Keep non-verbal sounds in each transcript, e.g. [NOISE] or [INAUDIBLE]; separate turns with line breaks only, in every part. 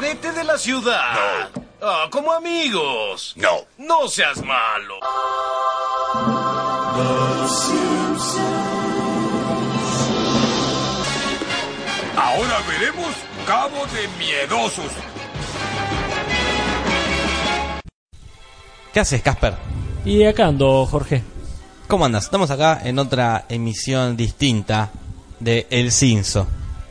Vete de la ciudad. Ah, como amigos.
No.
No seas malo.
Ahora veremos Cabo de Miedosos.
¿Qué haces, Casper?
Y acá ando, Jorge.
¿Cómo andas? Estamos acá en otra emisión distinta de El Cinzo.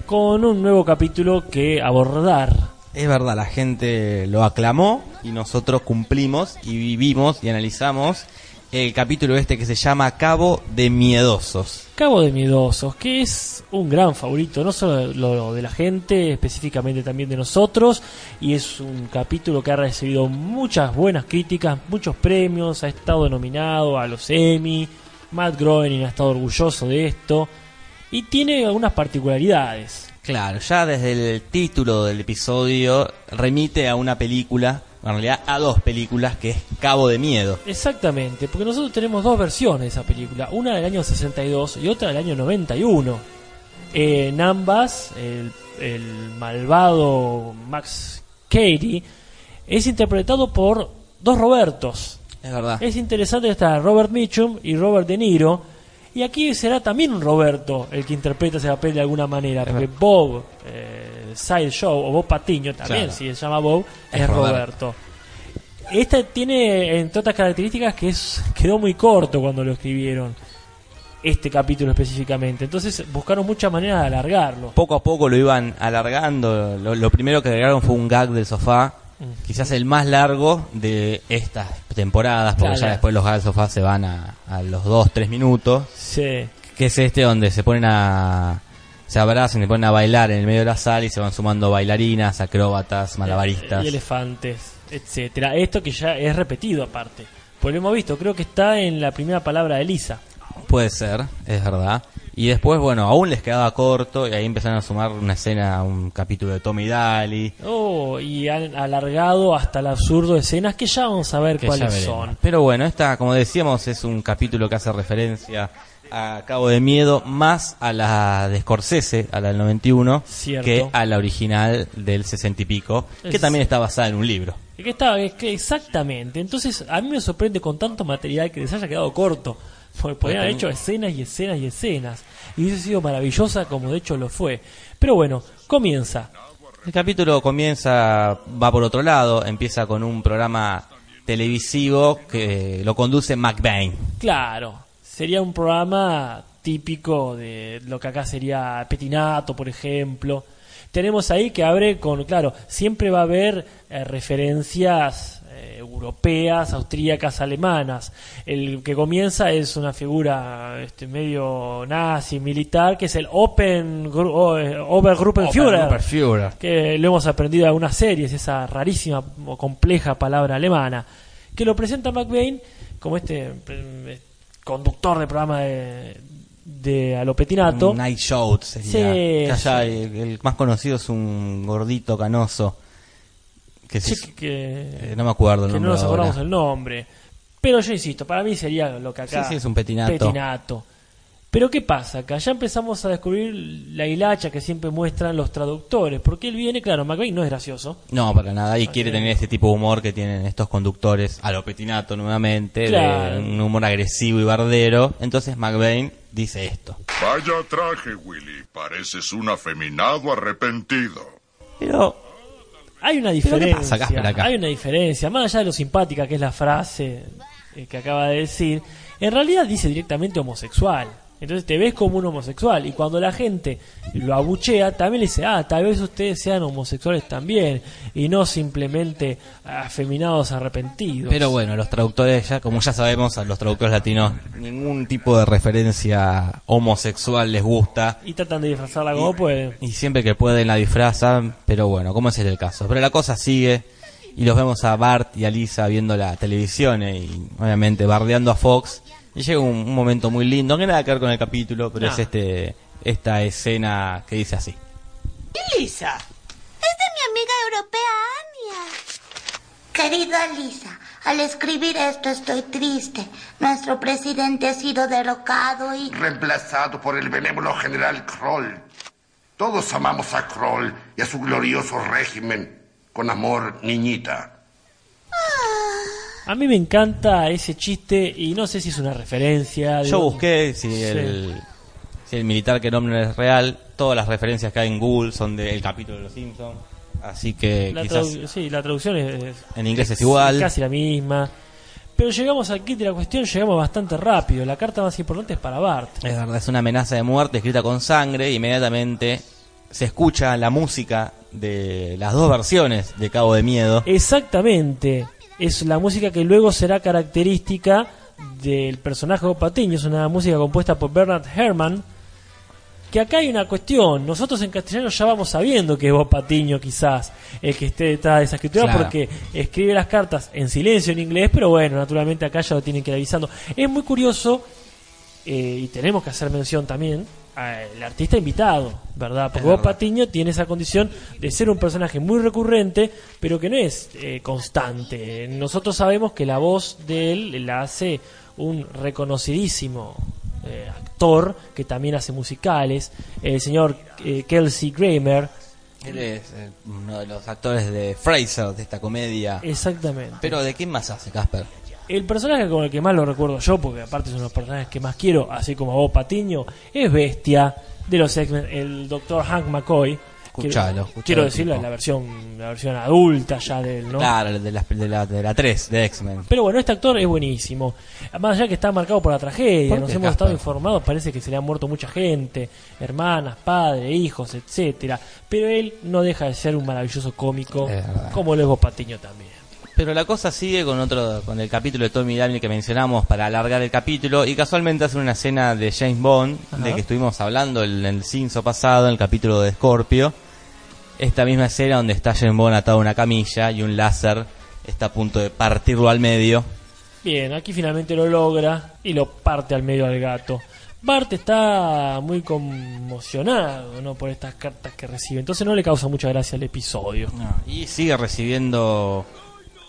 Con un nuevo capítulo que abordar.
Es verdad, la gente lo aclamó y nosotros cumplimos y vivimos y analizamos el capítulo este que se llama Cabo de Miedosos.
Cabo de Miedosos, que es un gran favorito, no solo lo, lo de la gente, específicamente también de nosotros, y es un capítulo que ha recibido muchas buenas críticas, muchos premios, ha estado nominado a los Emmy, Matt Groening ha estado orgulloso de esto, y tiene algunas particularidades.
Claro, ya desde el título del episodio remite a una película, en realidad a dos películas, que es Cabo de Miedo.
Exactamente, porque nosotros tenemos dos versiones de esa película, una del año 62 y otra del año 91. Eh, en ambas, el, el malvado Max Cady es interpretado por dos Robertos.
Es verdad.
Es interesante está Robert Mitchum y Robert De Niro. Y aquí será también un Roberto el que interpreta ese papel de alguna manera, porque Bob eh, Sideshow o Bob Patiño también,
Claro.
si se llama Bob, es,
Es
Roberto. Esta tiene, entre otras características, que es, quedó muy corto cuando lo escribieron, este capítulo específicamente. Entonces buscaron muchas maneras de alargarlo.
Poco a poco lo iban alargando. Lo, lo primero que agregaron fue un gag del sofá, quizás el más largo de estas temporadas, porque
Claro.
ya después los gags del sofá se van a, a los 2, 3 minutos.
Sí.
que es este donde se ponen a se abrazan, se ponen a bailar en el medio de la sala y se van sumando bailarinas, acróbatas, malabaristas.
Eh, Y elefantes, etcétera. Esto que ya es repetido aparte. Pues lo hemos visto, creo que está en la primera palabra de Lisa.
Puede ser, es verdad. Y después, bueno, aún les quedaba corto y ahí empezaron a sumar una escena, un capítulo de Tommy Daly.
Oh, y han alargado hasta el absurdo escenas que ya vamos a ver
que ya
cuáles
veremos.
son.
Pero bueno, esta, como decíamos, es un capítulo que hace referencia a Cabo de Miedo más a la de Scorsese, a la del 91,
Cierto.
que a la original del 60 y pico, que
Es-
también está basada en un libro.
Es que está, es que exactamente. Entonces, a mí me sorprende con tanto material que les haya quedado corto. Porque podrían haber hecho escenas y escenas y escenas. Y hubiese sido maravillosa como de hecho lo fue. Pero bueno, comienza.
El capítulo comienza, va por otro lado, empieza con un programa televisivo que lo conduce McBain.
Claro, sería un programa típico de lo que acá sería Petinato, por ejemplo. Tenemos ahí que abre con, claro, siempre va a haber eh, referencias eh, europeas, austríacas, alemanas. El que comienza es una figura este, medio nazi, militar, que es el Open Gru- o, eh,
Oh,
Obergruppenführer que lo hemos aprendido de algunas series, esa rarísima o compleja palabra alemana, que lo presenta McBain como este mm, conductor de programa de, de Alopetinato.
Un Night Show sería.
Sí,
Que allá
sí.
El, el más conocido es un gordito canoso. Que se-
Sí, que, que
eh, no me acuerdo el
no
nombre
nos
ahora.
acordamos el nombre. Pero yo insisto, para mí sería lo que acá...
Sí, sí, es un petinato.
petinato. Pero ¿qué pasa acá? Ya empezamos a descubrir la hilacha que siempre muestran los traductores, porque él viene, claro, McBain no es gracioso,
No, para nada. Y quiere tener este tipo de humor que tienen estos conductores a lo petinato nuevamente.
Claro.
De un humor agresivo y bardero. Entonces McBain dice esto.
Vaya traje, Willy. Pareces un afeminado arrepentido.
Pero
Hay una
Pero, ¿qué
diferencia.
pasa, Casper, acá?
Hay una diferencia. Más allá de lo simpática que es la frase eh, que acaba de decir, en realidad dice directamente homosexual. Entonces te ves como un homosexual. Y cuando la gente lo abuchea, también le dice, ah, tal vez ustedes sean homosexuales también. Y no simplemente afeminados arrepentidos.
Pero bueno, los traductores ya, como ya sabemos, a los traductores latinos ningún tipo de referencia homosexual les gusta.
Y tratan de disfrazarla como pueden.
Y siempre que pueden la disfrazan, pero bueno, como es el caso. Pero la cosa sigue y los vemos a Bart y a Lisa viendo la televisión eh, y obviamente bardeando a Fox. Y llega un, un momento muy lindo, que nada que ver con el capítulo, pero
No.
es este esta escena que dice así.
Lisa?
Es de mi amiga europea Ania. Querida Lisa, al escribir esto estoy triste. Nuestro presidente ha sido derrocado y...
Reemplazado por el benévolo general Kroll. Todos amamos a Kroll y a su glorioso régimen. Con amor, niñita.
A mí me encanta ese chiste y no sé si es una referencia.
Yo
digo,
busqué si
Sí.
el, si el militar que nombran es real. Todas las referencias que hay en Google son del capítulo de los Simpsons. Así que
La
quizás
tradu- sí, la traducción es, es
en inglés es igual.
casi la misma. Pero llegamos aquí de la cuestión, llegamos bastante rápido. La carta más importante es para Bart.
Es verdad, es una amenaza de muerte escrita con sangre. Inmediatamente se escucha la música de las dos versiones de Cabo de Miedo.
Exactamente. Es la música que luego será característica del personaje Bob Patiño. Es una música compuesta por Bernard Herrmann. Que acá hay una cuestión. Nosotros en castellano ya vamos sabiendo que es Bob Patiño quizás el que esté detrás de esa escritura
Claro.
porque escribe las cartas en silencio en inglés, pero bueno, naturalmente acá ya lo tienen que ir avisando. Es muy curioso eh, y tenemos que hacer mención también al artista invitado, ¿verdad? Porque
Es
Bob
verdad.
Patiño tiene esa condición de ser un personaje muy recurrente, pero que no es eh, constante. Nosotros sabemos que la voz de él la hace un reconocidísimo eh, actor que también hace musicales, el señor eh, Kelsey Grammer.
Él es eh, uno de los actores de Fraser, de esta comedia.
Eh, Exactamente.
Pero ¿de qué más hace Casper?
El personaje con el que más lo recuerdo yo, porque aparte es uno de los personajes que más quiero, así como a Bob Patiño, es Bestia de los X-Men, el Dr. Hank McCoy. Quiero-
Escuchalo,
Quiero,
escuchalo,
decirlo,
tipo.
la versión, la versión adulta ya de él, ¿no?
Claro, de la, de la, de la 3, de X-Men.
Pero bueno, este actor es buenísimo. Más allá que está marcado por la tragedia,
¿Por qué,
nos hemos
Casper?
estado informados, parece que se le ha muerto mucha gente, hermanas, padres, hijos, etcétera. Pero él no deja de ser un maravilloso cómico,
Es verdad.
como lo es Bob Patiño también.
Pero la cosa sigue con otro, con el capítulo de Tommy Daniel que mencionamos para alargar el capítulo y casualmente hacen una escena de James Bond
Ajá.
de que estuvimos hablando en el cinzo pasado, en el capítulo de Scorpio. Esta misma escena donde está James Bond atado a una camilla y un láser está a punto de partirlo al medio.
Bien, aquí finalmente lo logra y lo parte al medio al gato. Bart está muy conmocionado ¿no? por estas cartas que recibe, entonces no le causa mucha gracia el episodio.
Y sigue recibiendo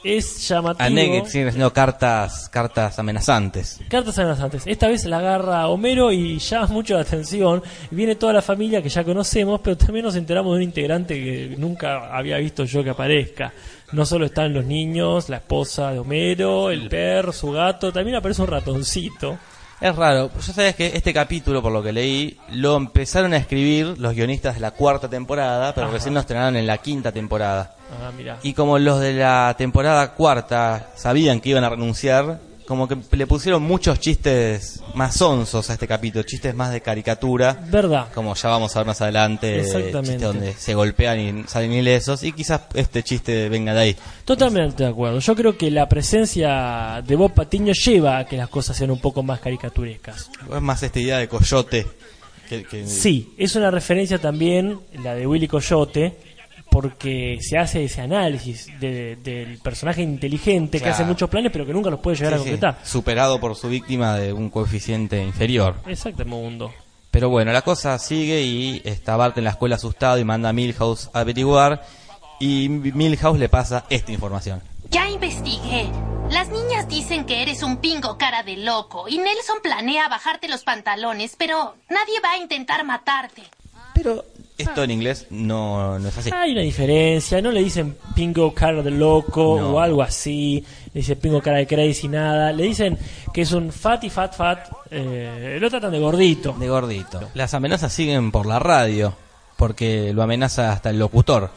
Es llamativo.
a Neg- sigue recibiendo cartas, cartas amenazantes.
Cartas amenazantes. Esta vez la agarra Homero y [LAUGHS] llama mucho la atención. Viene toda la familia que ya conocemos, pero también nos enteramos de un integrante que nunca había visto yo que aparezca. No solo están los niños, la esposa de Homero, el perro, su gato, también aparece un ratoncito.
Es raro, yo sabes que este capítulo, por lo que leí, lo empezaron a escribir los guionistas de la cuarta temporada, pero
Ajá.
recién lo estrenaron en la quinta temporada.
Ah, mira.
Y como los de la temporada cuarta sabían que iban a renunciar, como que le pusieron muchos chistes más sonsos a este capítulo, chistes más de caricatura,
Verdad.
como ya vamos a ver más adelante, eh,
Exactamente.
chistes donde se golpean y salen ilesos, y quizás este chiste venga de ahí.
Totalmente de acuerdo. Yo creo que la presencia de Bob Patiño lleva a que las cosas sean un poco más caricaturescas.
Es más esta idea de coyote. Que, que-
Sí, es una referencia también la de Willy Coyote, porque se hace ese análisis de- del personaje inteligente
Claro.
que hace muchos planes pero que nunca los puede llegar a
sí, sí,
concretar.
superado por su víctima de un coeficiente inferior.
Exacto, mundo.
Pero bueno, la cosa sigue y está Bart en la escuela asustado y manda a Milhouse a averiguar. Y Milhouse le pasa esta información.
Ya investigué. Las niñas dicen que eres un pingo cara de loco y Nelson planea bajarte los pantalones, pero nadie va a intentar matarte.
Pero ah. esto en inglés no, no es así.
Hay una diferencia, no le dicen pingo cara de loco
No.
o algo así, le dicen pingo cara de crazy nada, le dicen que es un fatty fat fat, eh, lo tratan de gordito.
De gordito. Las amenazas siguen por la radio, porque lo amenaza hasta el locutor.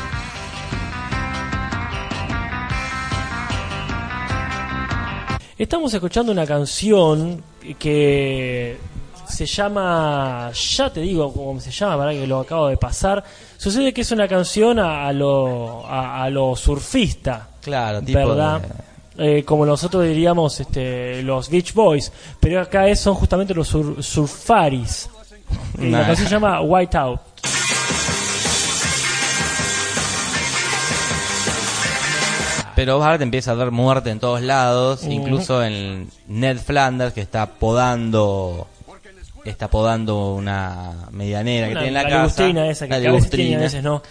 Estamos escuchando una canción que se llama, ya te digo cómo se llama, para que lo acabo de pasar. Sucede que es una canción a, a lo, a, a lo surfista,
Claro, tipo
¿verdad? Eh, como nosotros diríamos este, los Beach Boys, pero acá es- son justamente los sur- surfaris. Y
Nah.
La canción se llama White Out.
Pero Bart empieza a ver muerte en todos lados, incluso en Ned Flanders que está podando está podando una medianera que
Una-
tiene en la,
la
casa.
ligustrina esa, que
la
a veces tiene y a
ligustrina.
veces no.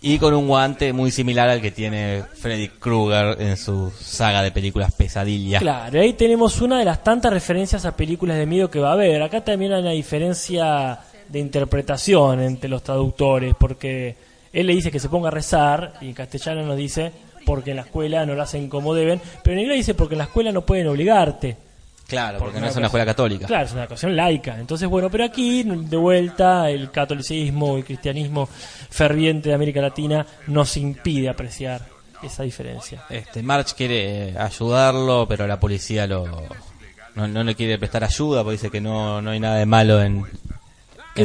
Y con un guante muy similar al que tiene Freddy Krueger en su saga de películas Pesadilla.
Claro, ahí tenemos una de las tantas referencias a películas de miedo que va a haber. Acá también hay una diferencia de interpretación entre los traductores, porque Él le dice que se ponga a rezar y en castellano nos dice porque en la escuela no lo hacen como deben, pero en inglés dice porque en la escuela no pueden obligarte.
Claro, porque
Porque
no es
una
una escuela
cosa-
católica.
Claro, es una cuestión laica. Entonces, bueno, pero aquí, de vuelta, el catolicismo y cristianismo ferviente de América Latina nos impide apreciar esa diferencia.
Este, March quiere eh, ayudarlo, pero la policía lo no, no le quiere prestar ayuda porque dice que no, no hay nada de malo en, en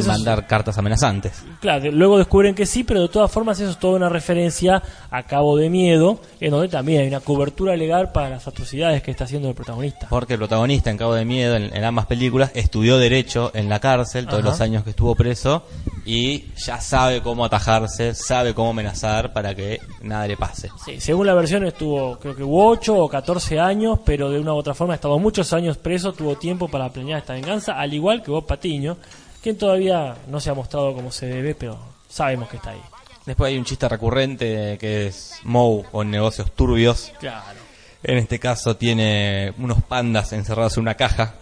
Eso es-
mandar cartas amenazantes.
Claro, de- luego descubren que sí, pero de todas formas eso es toda una referencia a Cabo de Miedo, en donde también hay una cobertura legal para las atrocidades que está haciendo el protagonista.
Porque el protagonista en Cabo de Miedo, en, en ambas películas, estudió Derecho en la cárcel todos
Ajá.
los años que estuvo preso y ya sabe cómo atajarse, sabe cómo amenazar para que nada le pase.
Sí, según la versión estuvo creo que 8 o 14 años, pero de una u otra forma ha estado muchos años preso, tuvo tiempo para planear esta venganza, al igual que Bob Patiño, quien todavía no se ha mostrado como se debe, pero sabemos que está ahí.
Después hay un chiste recurrente que es Moe o negocios turbios.
Claro.
En este caso tiene unos pandas encerrados en una caja.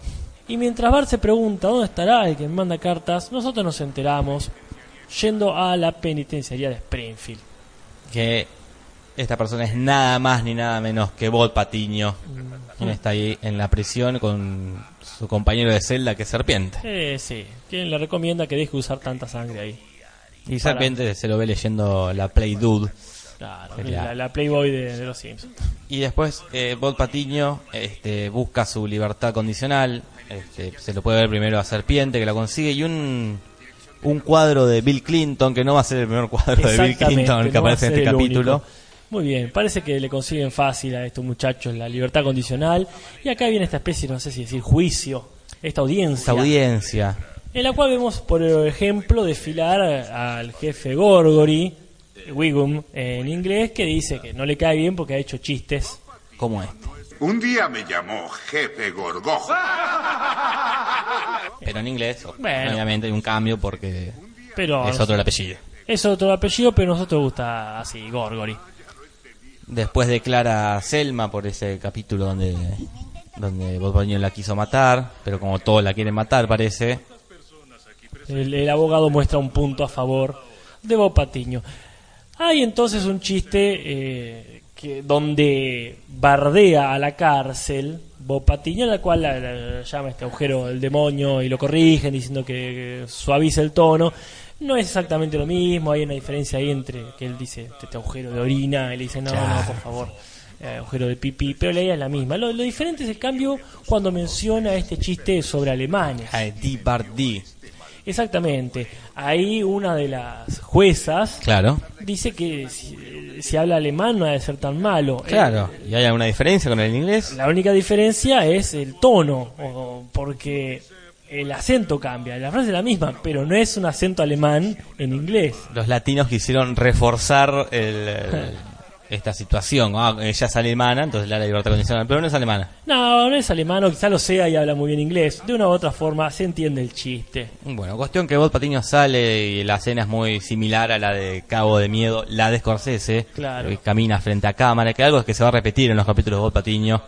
Y mientras Bart se pregunta dónde estará el que me manda cartas, nosotros nos enteramos yendo a la penitenciaría de Springfield.
que esta persona es nada más ni nada menos que Bob Patiño, quien está ahí en la prisión con su compañero de celda que es Serpiente.
Eh, sí, quien le recomienda que deje de usar tanta sangre ahí.
Y Serpiente se lo ve leyendo la Play Dude.
Claro,
Claro.
la, la Playboy de, de
[LAUGHS]
los Simpsons.
Y después eh, Bob Patiño este, busca su libertad condicional. Este, se lo puede ver primero a Serpiente que la consigue y un, un cuadro de Bill Clinton que no va a ser el primer cuadro de Bill
Exactamente,
Clinton que
no va a
aparece en
ser
este
el
capítulo.
único. Muy bien, parece que le consiguen fácil a estos muchachos la libertad condicional. Y acá viene esta especie, no sé si decir juicio, esta audiencia.
Esa audiencia.
En la cual vemos, por ejemplo, desfilar al jefe Gorgory, Wiggum en inglés, que dice que no le cae bien porque ha hecho chistes.
Como este.
Un día me llamó jefe Gorgojo.
Pero en inglés,
Bueno.
obviamente, hay un cambio porque
Pero
es otro el apellido.
es otro apellido, pero a nosotros gusta así, Gorgory.
Después declara a Selma por ese capítulo donde, donde Bob Patiño la quiso matar, pero como todos la quieren matar, parece.
El, el abogado muestra un punto a favor de Bob Patiño. Hay entonces un chiste eh, que, donde bardea a la cárcel Bob Patiño, en la cual la- la- llama este agujero del demonio y lo corrigen diciendo que, que suaviza el tono. No es exactamente lo mismo, hay una diferencia ahí entre que él dice este, este agujero de orina, y le dice no, no,
Claro.
por favor, eh, agujero de pipí, pero la idea es la misma. Lo, lo diferente es el cambio cuando menciona este chiste sobre Alemania.
Ah, D. Bart D.
Exactamente. Ahí una de las juezas
Claro.
dice que si, si habla alemán no ha de ser tan malo.
Claro.
Eh,
¿Y hay alguna diferencia con el inglés?
la única diferencia es el tono, o- porque el acento cambia. La frase es la misma, pero no es un acento alemán en inglés.
Los latinos quisieron reforzar el- el- esta situación. Ah, ella es alemana, entonces le da la libertad condicional, pero no es alemana.
No, no es alemán, o quizá lo sea y habla muy bien inglés. De una u otra forma se entiende el chiste.
Bueno, cuestión que Bob Patiño sale y la escena es muy similar a la de Cabo de Miedo, la de Scorsese.
Claro.
Que camina frente a cámara, que algo es que se va a repetir en los capítulos de Bob Patiño.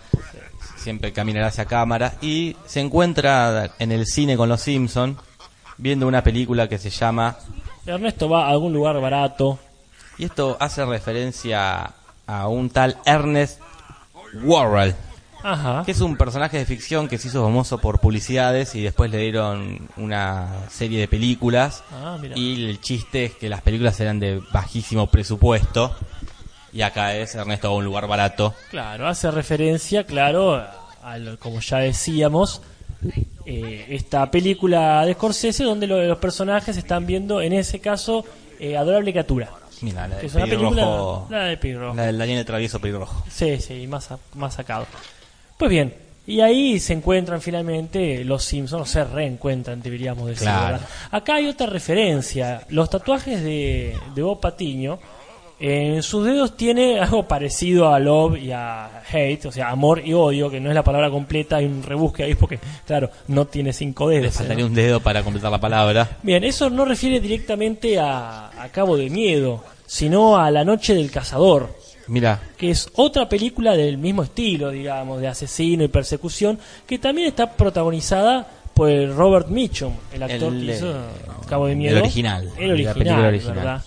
Siempre caminará hacia cámara. Y se encuentra en el cine con los Simpson viendo una película que se llama.
Ernesto va a algún lugar barato.
Y esto hace referencia a un tal Ernest Worrell,
Ajá.
que es un personaje de ficción que se hizo famoso por publicidades y después le dieron una serie de películas.
Ah, mira.
Y el chiste es que las películas eran de bajísimo presupuesto. Y acá es Ernesto va a un lugar barato.
Claro, hace referencia, claro, a lo- como ya decíamos, eh, esta película de Scorsese donde lo- los personajes están viendo, en ese caso, eh, Adorable Criatura.
Mira, la
Que
de
es una película...
pelirrojo.
La de Pirro.
La del Daniel el Travieso pelirrojo.
Sí, sí, más, sa- más sacado. Pues bien, y ahí se encuentran finalmente los Simpsons, o se reencuentran, deberíamos decir.
Claro.
¿verdad? Acá hay otra referencia. Los tatuajes de, de Bob Patiño, eh, en sus dedos tiene [LAUGHS] algo parecido a love y a hate, o sea, amor y odio, que no es la palabra completa, hay un rebusque ahí porque, claro, no tiene cinco
Le
dedos. ¿no?
faltaría un dedo para completar la palabra.
Bien, eso no refiere directamente a, a Cabo de Miedo, sino a La Noche del Cazador
Mira,
que es otra película del mismo estilo, digamos, de asesino y persecución, que también está protagonizada por el Robert Mitchum, el actor
El,
que hizo
eh,
Cabo de
el
Miedo.
original,
El
la
original,
película original.
¿verdad?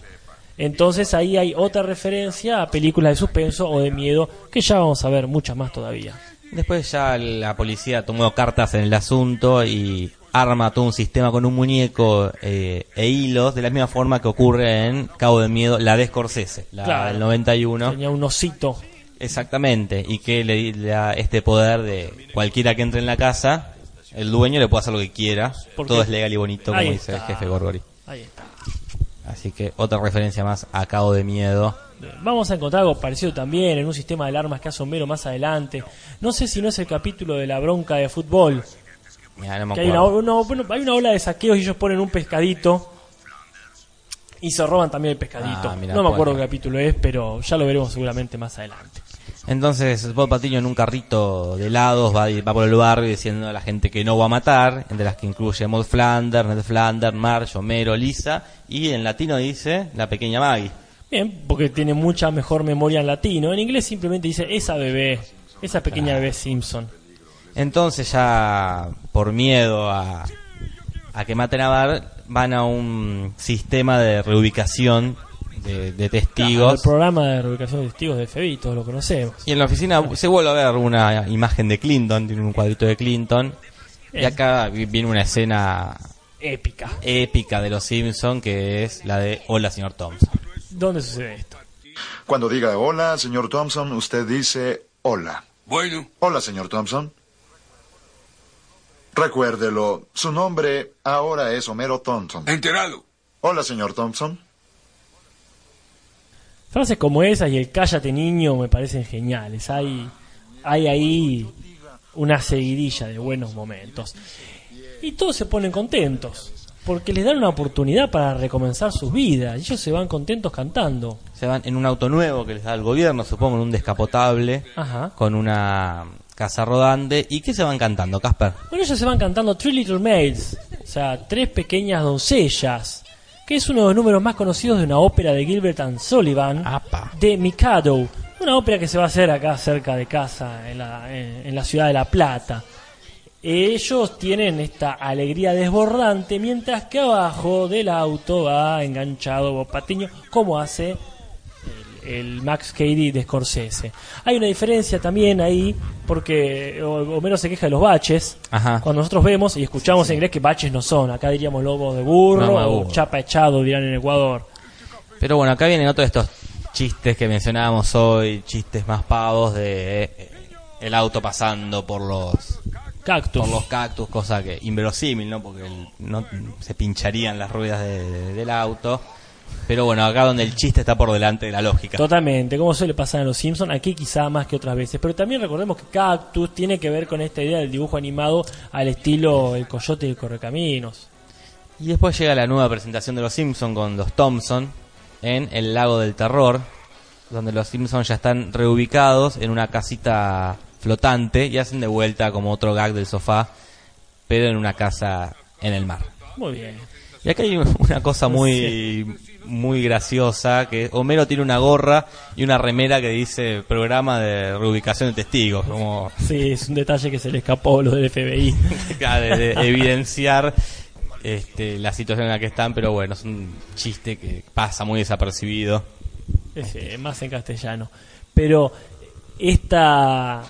Entonces ahí hay otra referencia a películas de suspenso o de miedo, que ya vamos a ver muchas más todavía.
Después ya la policía tomó cartas en el asunto y arma todo un sistema con un muñeco eh, e hilos, de la misma forma que ocurre en Cabo de Miedo, la de Scorsese, la
Claro.
del 91.
Tenía un osito.
Exactamente, y que le, le da este poder de cualquiera que entre en la casa, el dueño le puede hacer lo que quiera,
Porque-
todo es legal y bonito, como
Ahí
dice el
está.
jefe Gorgori.
Ahí está.
Así que otra referencia más a Cabo de Miedo.
Bien, Vamos a encontrar algo parecido también en un sistema de alarmas que hace Homero más adelante. No sé si no es el capítulo de la bronca de fútbol.
Mirá, no me
Que hay, una,
acuerdo.
no, bueno, hay una ola de saqueos y ellos ponen un pescadito y se roban también el pescadito.
Ah, mirá,
no me acuerdo
puede.
qué capítulo es, pero ya lo veremos seguramente más adelante.
Entonces Bob Patiño en un carrito de helados va, va por el barrio diciendo a la gente que no va a matar, entre las que incluye Maud Flanders, Ned Flanders, Marge, Homero, Lisa, y en latino dice la pequeña Maggie.
Bien, porque tiene mucha mejor memoria en latino. En inglés simplemente dice esa bebé, esa pequeña bebé Simpson.
Entonces ya por miedo a, a que maten a Bar, van a un sistema de reubicación de, de
El
testigos.
programa de reubicación de testigos de FBI, todos lo conocemos.
Y en la oficina se vuelve a ver una imagen de Clinton, tiene un cuadrito de Clinton. Y acá vi- viene una escena
Épica.
épica de los Simpson que es la de Hola, señor Thompson.
¿Dónde sucede esto?
Cuando diga hola, señor Thompson, usted dice hola.
Bueno,
Hola, señor Thompson. Recuérdelo, su nombre ahora es Homero Thompson.
enterado.
Hola, señor Thompson.
Frases como esas y el cállate niño me parecen geniales. Hay, hay ahí una seguidilla de buenos momentos. Y todos se ponen contentos. Porque les dan una oportunidad para recomenzar sus vidas. Y ellos se van contentos cantando.
Se van en un auto nuevo que les da el gobierno, supongo, en un descapotable,
Ajá.
con una casa rodante. ¿Y qué se van cantando, Casper?
Bueno, ellos se van cantando Three Little Maids. O sea, tres pequeñas doncellas. Que es uno de los números más conocidos de una ópera de Gilbert and Sullivan.
Apa.
de Mikado, una ópera que se va a hacer acá cerca de casa, en la, en- en la ciudad de La Plata. Ellos tienen esta alegría desbordante, mientras que abajo del auto va enganchado Bob Patiño, como hace el, el Max Cady de Scorsese. Hay una diferencia también ahí, porque Ho- Homero se queja de los baches.
Ajá.
Cuando nosotros vemos y escuchamos en inglés que baches no son, acá diríamos lobos de burro,
Mamá
o
burro.
chapa echado, dirán en Ecuador.
Pero bueno, acá vienen otros de estos chistes que mencionábamos hoy, chistes más pavos de eh, el auto pasando por los
Cactus.
por los cactus, cosa que inverosímil, ¿no? Porque el- no se pincharían las ruedas de- de- del auto. Pero bueno, acá donde el chiste está por delante de la lógica.
Totalmente, como suele pasar en los Simpsons, aquí quizá más que otras veces. Pero también recordemos que Cactus tiene que ver con esta idea del dibujo animado al estilo El Coyote y el Correcaminos.
Y después llega la nueva presentación de los Simpson con los Thompson en el lago del terror, donde los Simpson ya están reubicados en una casita flotante y hacen de vuelta como otro gag del sofá, pero en una casa en el mar. [LAUGHS]
Muy bien.
Y acá hay una cosa muy muy graciosa que Homero tiene una gorra y una remera que dice programa de reubicación de testigos, como
Sí, es un detalle que se le escapó a los del FBI.
Claro, de, de evidenciar este, la situación en la que están, pero bueno, es un chiste que pasa muy desapercibido.
Es, eh, más en castellano. Pero esta,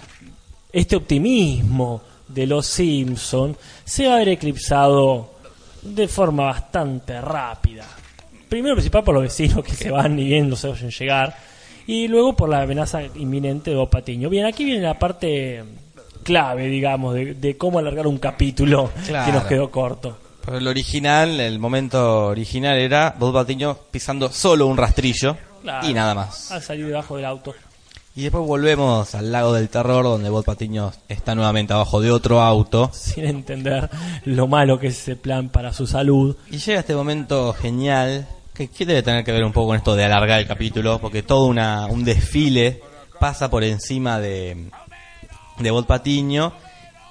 este optimismo de los Simpson se va a ver eclipsado de forma bastante rápida. Primero principal por los vecinos que se van y bien no se oyen llegar. Y luego por la amenaza inminente de Bob Patiño. Bien, aquí viene la parte clave, digamos, de, de cómo alargar un capítulo que nos
Claro.
quedó corto.
Pero el original, el momento original era Bob Patiño pisando solo un rastrillo
Claro.
y nada más.
Al salir debajo del auto.
Y después volvemos al lago del terror donde Bob Patiño está nuevamente abajo de otro auto.
[LAUGHS] sin entender lo malo que es ese plan para su salud.
Y llega este momento genial que, que debe tener que ver un poco con esto de alargar el capítulo, porque todo una, un desfile pasa por encima de, de Bob Patiño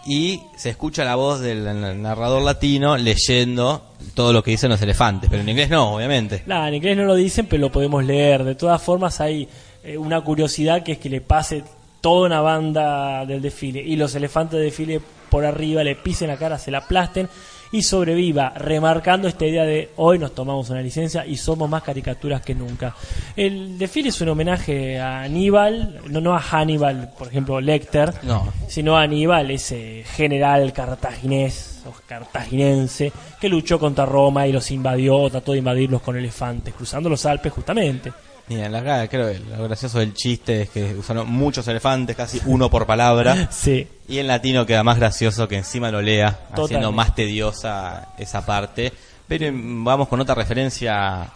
y se escucha la voz del narrador latino leyendo todo lo que dicen los elefantes, pero en inglés no, obviamente.
Nada, en inglés no lo dicen, pero lo podemos leer. De todas formas, hay eh, una curiosidad que es que le pase toda una banda del desfile y los elefantes del desfile por arriba le pisen la cara, se la aplasten y sobreviva, remarcando esta idea de hoy nos tomamos una licencia y somos más caricaturas que nunca. El desfile es un homenaje a Aníbal, no, no a Hannibal, por ejemplo, Lecter,
No.
sino a Aníbal, ese general cartaginés o cartaginense que luchó contra Roma y los invadió, trató de invadirlos con elefantes, cruzando los Alpes justamente. [LAUGHS]
Mira, la, gra- creo que lo gracioso del chiste es que usaron muchos elefantes, casi uno por palabra.
Sí.
Y en latino queda más gracioso que encima lo lea, haciendo
Totalmente.
más tediosa esa parte. Pero mm, vamos con otra referencia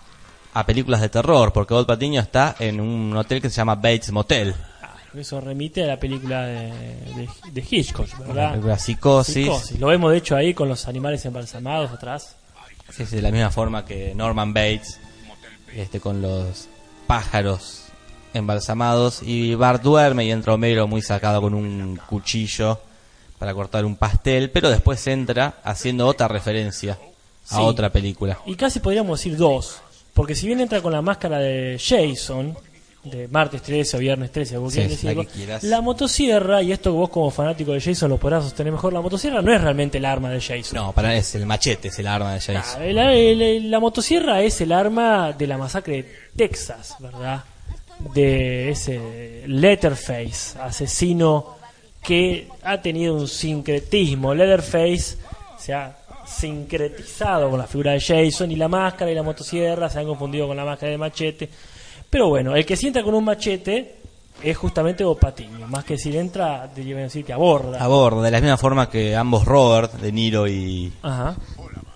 a películas de terror, porque Old Patiño está en un hotel que se llama Bates Motel.
Ah, Eso remite a la película de, de- de Hitchcock,
La
¿verdad?
película Psicosis.
Psicosis. Lo vemos de hecho ahí con los animales embalsamados atrás.
Sí, sí, de la misma forma que Norman Bates, este, con los pájaros embalsamados. Y Bart duerme y entra Homero muy sacado con un cuchillo para cortar un pastel, pero después entra haciendo otra referencia a
Sí.
otra película.
Y casi podríamos decir dos, porque si bien entra con la máscara de Jason, de martes 13 o viernes 13, vos
Sí,
querés
sí, la
decirlo,
que quieras.
la motosierra, y esto vos como fanático de Jason lo podrás sostener mejor, la motosierra no es realmente el arma de Jason.
No, para es el machete, es el arma de Jason.
El- el- el- Ah, la motosierra es el arma de la masacre de Texas, ¿verdad? De ese Letterface, asesino que ha tenido un sincretismo. Letterface se ha sincretizado con la figura de Jason y la máscara y la motosierra se han confundido con la máscara de machete. Pero bueno, el que sí entra con un machete es justamente Bopatiño. Más que si entra, debería decir que aborda.
A bordo, de la misma forma que ambos Robert, De Niro y
Ajá.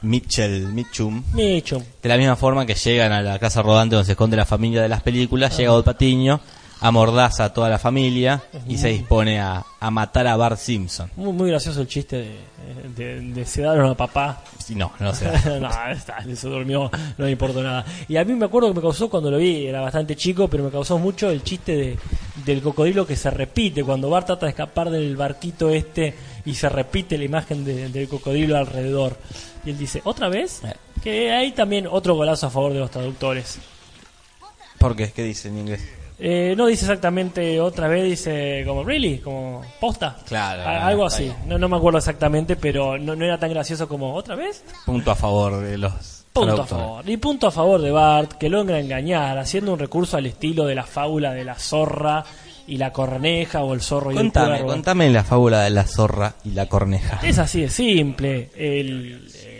Mitchell, Mitchum,
Micho.
De la misma forma que llegan a la casa rodante donde se esconde la familia de las películas, llega Old Patiño, amordaza a toda la familia y se dispone a, a matar a Bart Simpson.
Muy, muy gracioso el chiste de, de, de sedaron a papá.
Y No, no se da.
[LAUGHS] no, está, se durmió, no me importó nada. Y a mí me acuerdo que me causó cuando lo vi, era bastante chico, pero me causó mucho el chiste de, del cocodrilo que se repite cuando Bart trata de escapar del barquito este y se repite la imagen de- del cocodrilo alrededor. Y él dice, ¿otra vez?
Eh.
Que hay también otro golazo a favor de los traductores.
[LAUGHS] ¿Por qué? ¿Qué dice en inglés?
Eh, no dice exactamente otra vez, dice como really, como posta.
Claro,
A- algo
está
así.
bien.
No, no me acuerdo exactamente, pero no, no era tan gracioso como otra vez.
Punto a favor de los
Punto a
traductores.
favor. Y punto a favor de Bart, que logra engañar, haciendo un recurso al estilo de la fábula de la zorra y la corneja o el zorro y el
Contame,
cuervo.
contame la fábula de la zorra y la corneja.
Es así de simple. El, el-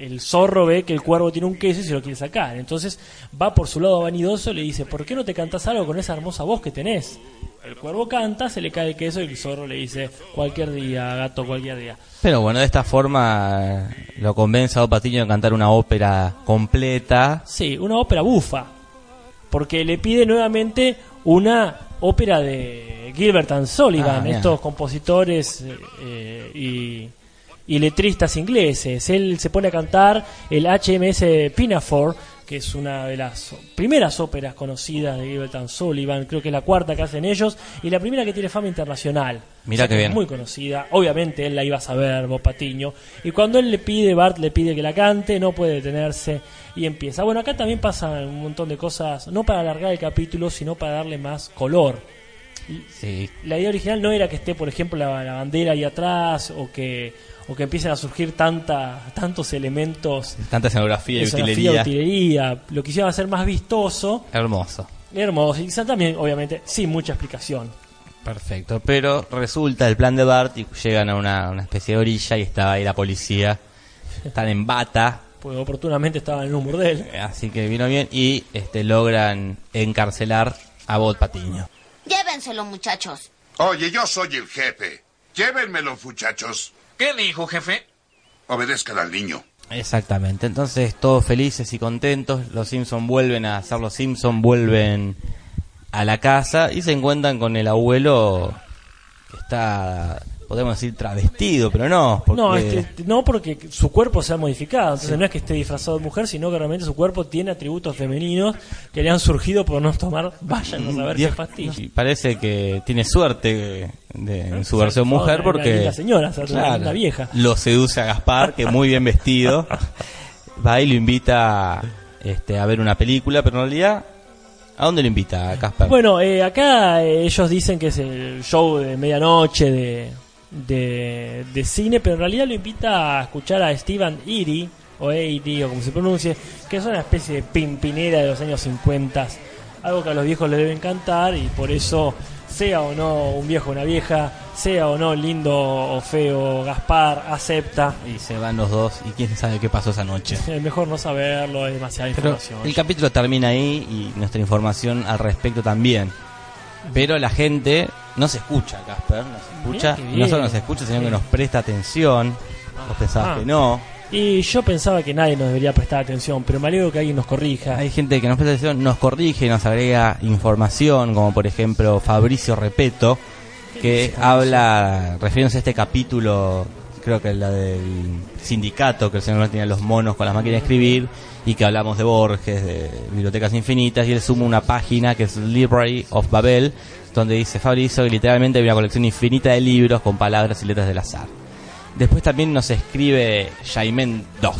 el zorro ve que el cuervo tiene un queso y se lo quiere sacar. Entonces va por su lado vanidoso y le dice, ¿por qué no te cantas algo con esa hermosa voz que tenés? El cuervo canta, se le cae el queso y el zorro le dice, cualquier día, gato, cualquier día.
Pero bueno, de esta forma eh, lo convence a Old Patiño de cantar una ópera completa.
Sí, una ópera bufa. Porque le pide nuevamente una ópera de Gilbert and
Ah,
Sullivan,
bien.
estos compositores eh, eh, y, y letristas ingleses. Él se pone a cantar el HMS Pinafore, que es una de las primeras óperas conocidas de Gilbert and Sullivan, creo que es la cuarta que hacen ellos, y la primera que tiene fama internacional.
Mirá qué
que
bien.
es Muy conocida, obviamente él la iba a saber, Bob Patiño. Y cuando él le pide, Bart le pide que la cante, no puede detenerse y empieza. Bueno, acá también pasan un montón de cosas, no para alargar el capítulo, sino para darle más color.
Sí,
La idea original no era que esté, por ejemplo, la, la bandera ahí atrás o que, o que empiecen a surgir tanta, tantos elementos
tanta escenografía y utilería.
escenografía, utilería. Lo quisieron hacer más vistoso,
Hermoso.
hermoso y quizá también, obviamente, sin mucha explicación.
Perfecto, pero resulta el plan de Bart y llegan a una, una especie de orilla y estaba ahí la policía. Están en bata,
Porque oportunamente estaba en el humor de él.
así que vino bien y este logran encarcelar a Bot Patiño.
Llévenselo, muchachos.
Oye, yo soy el jefe. Llévenmelo, muchachos.
¿Qué dijo, jefe?
Obedezcan al niño.
Exactamente, entonces todos felices y contentos, los Simpson vuelven a ser los Simpson, vuelven a la casa y se encuentran con el abuelo que está, podemos decir, travestido, pero no, porque...
No, este, este, no, porque su cuerpo se ha modificado. Entonces no es que esté disfrazado de mujer, sino que realmente su cuerpo tiene atributos femeninos que le han surgido por no tomar, vayan a saber
Dios,
qué pastillas.
y Parece que tiene suerte de- en su
Se
versión
hizo
mujer
una- una
porque.
linda señora, o sea, una linda vieja.
Lo seduce a Gaspar, que muy bien
[LAUGHS]
vestido. Va y lo invita este, a ver una película, pero en realidad. ¿A dónde lo invita a Gaspar?
Bueno, eh, acá eh, ellos dicen que es el show de medianoche de, de, de cine, pero en realidad lo invita a escuchar a Steven Eady, o Eady, o como se pronuncie, que es una especie de pimpinera de los años 50, algo que a los viejos les debe encantar y por eso, sea o no un viejo o una vieja, sea o no lindo o feo, Gaspar acepta. [LAUGHS]
Y se van los dos y quién sabe qué pasó esa noche.
Eh, Mejor no saberlo, es demasiada
Pero
información.
el capítulo termina ahí y nuestra información al respecto también. Pero la gente no se escucha, Casper, no se escucha.
qué
Y no solo
bien.
nos escucha, sino que
Sí. Ah.
nos presta atención. Vos pensabas
Ajá.
que no.
Y yo pensaba que nadie nos debería prestar atención, pero me alegro que alguien nos corrija.
Hay gente que nos presta atención, nos corrige, nos agrega información, como por ejemplo Fabricio Repeto, que habla, refiriéndose a este capítulo, creo que la del sindicato, que el señor tenía los monos con las máquinas de escribir, y que hablamos de Borges, de bibliotecas infinitas, y él suma una página que es Library of Babel, donde dice Fabricio que literalmente hay una colección infinita de libros con palabras y letras del azar. Después también nos escribe Jaimen 2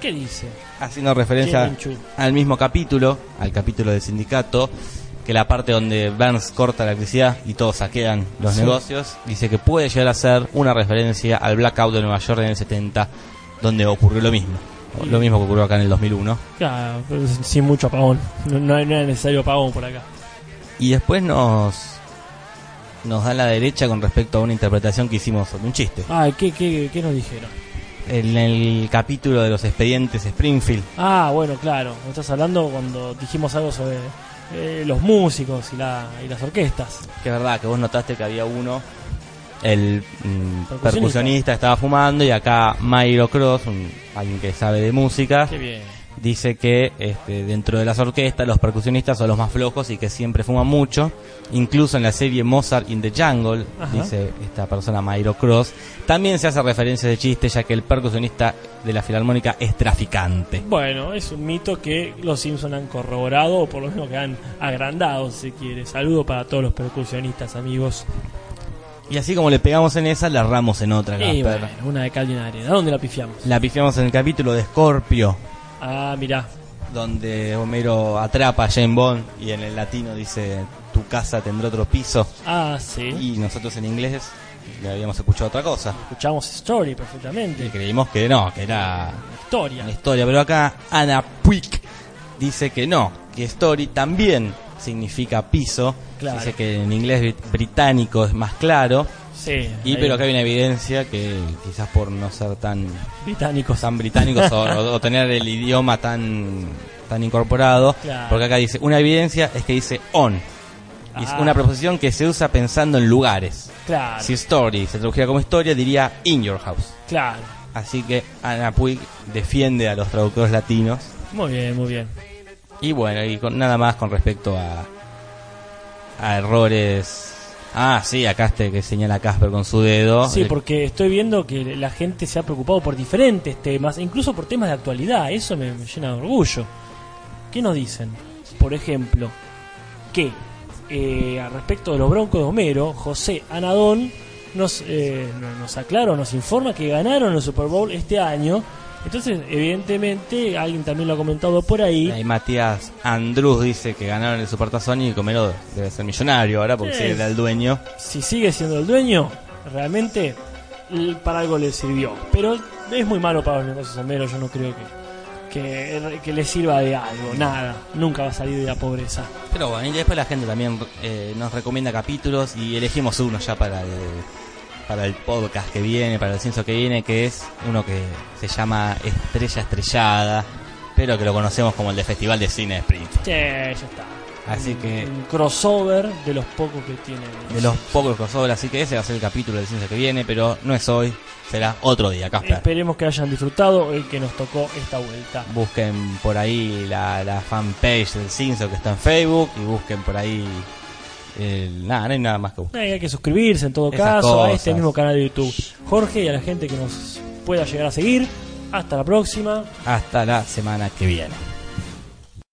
¿Qué dice?
haciendo referencia
Qué hinchu.
al mismo capítulo, al capítulo del sindicato, que la parte donde Burns corta la electricidad y todos saquean los negocios, dice que puede llegar a ser una referencia al blackout de Nueva York en el 70, donde ocurrió lo mismo. O Lo mismo que ocurrió acá en el 2001.
Claro, pero sin mucho apagón. No, no era necesario apagón por acá.
Y después nos nos da la derecha con respecto a una interpretación que hicimos sobre un chiste.
Ah, ¿qué, qué, qué nos dijeron?
En el capítulo de los expedientes Springfield,
Ah, bueno, claro. me Estás hablando cuando dijimos algo sobre eh, los músicos y, la, y las orquestas.
Que es verdad que vos notaste que había uno, el mm,
Percusionista.
percusionista estaba fumando y acá Mairo Cross, un- alguien que sabe de música,
Qué bien.
dice que este, dentro de las orquestas los percusionistas son los más flojos y que siempre fuman mucho. Incluso en la serie Mozart in the Jungle,
Ajá.
dice esta persona Mairo Cross, también se hace referencia de chiste ya que el percusionista de la filarmónica es traficante.
Bueno, es un mito que los Simpson han corroborado o por lo menos que han agrandado, si se quiere. Saludo para todos los percusionistas, amigos.
Y así como le pegamos en esa, la erramos en otra.
Y
Gasper.
bueno, una de cal y una de arena. ¿Dónde la pifiamos?
La pifiamos en el capítulo de Scorpio.
Ah, mirá.
donde Homero atrapa a Jane Bond y en el latino dice tu casa tendrá otro piso
Ah, sí.
y nosotros en inglés le habíamos escuchado otra cosa
Escuchamos Story
y
perfectamente.
creímos que no, que era
Historia.
una historia, pero acá Ana Puig dice que no, que story también significa piso,
Claro.
dice que en inglés brit- británico es más claro
Sí.
y
ahí.
pero acá hay una evidencia que quizás por no ser tan
Británicos.
tan británicos o, o- o tener el idioma tan, tan incorporado.
Claro.
Porque acá dice, una evidencia es que dice on. Y es
Ah.
una preposición que se usa pensando en lugares.
Claro,
Si story se tradujera como historia, diría in your house.
claro.
Así que Ana Puig defiende a los traductores latinos.
Muy bien, muy bien.
Y bueno, y con, nada más con respecto a, a errores. Ah, sí, acá este que señala Casper con su dedo.
Sí,
El-
porque estoy viendo que la gente se ha preocupado por diferentes temas, incluso por temas de actualidad. Eso me, me llena de orgullo. ¿Qué nos dicen? Por ejemplo, que eh, al respecto de los broncos de Homero, José Anadón nos, eh, no- nos aclara, o nos informa que ganaron el Super Bowl este año. Entonces, evidentemente, alguien también lo ha comentado por ahí.
Ahí Matías Andrus dice que ganaron el Supertazón y Comero debe ser millonario ahora porque
Sí.
si era el dueño.
si sigue siendo el dueño, realmente l- para algo le sirvió. Pero es muy malo para los negocios Homero, yo no creo que, que, er, que le sirva de algo, nada. Nunca va a salir de la pobreza.
Pero bueno, y después la gente también eh, nos recomienda capítulos y elegimos uno ya para el, para el podcast que viene, para el censo que viene, que es uno que se llama Estrella Estrellada, pero que lo conocemos como el de Festival de Cine de Springfield.
Che, ya está.
Así que
Un crossover de los pocos que tiene.
de los pocos que sobra, así que ese va a ser el capítulo del censo que viene, pero no es hoy, será otro día, Casper.
Esperemos que hayan disfrutado el que nos tocó esta vuelta.
Busquen por ahí la, la fanpage del Cinso que está en Facebook y busquen por ahí. el- nada, no hay nada más que buscar.
Eh, Hay que suscribirse en todo
Esas
caso a
cosas.
este mismo canal de YouTube. Jorge y a la gente que nos pueda llegar a seguir. Hasta la próxima.
Hasta la semana que viene.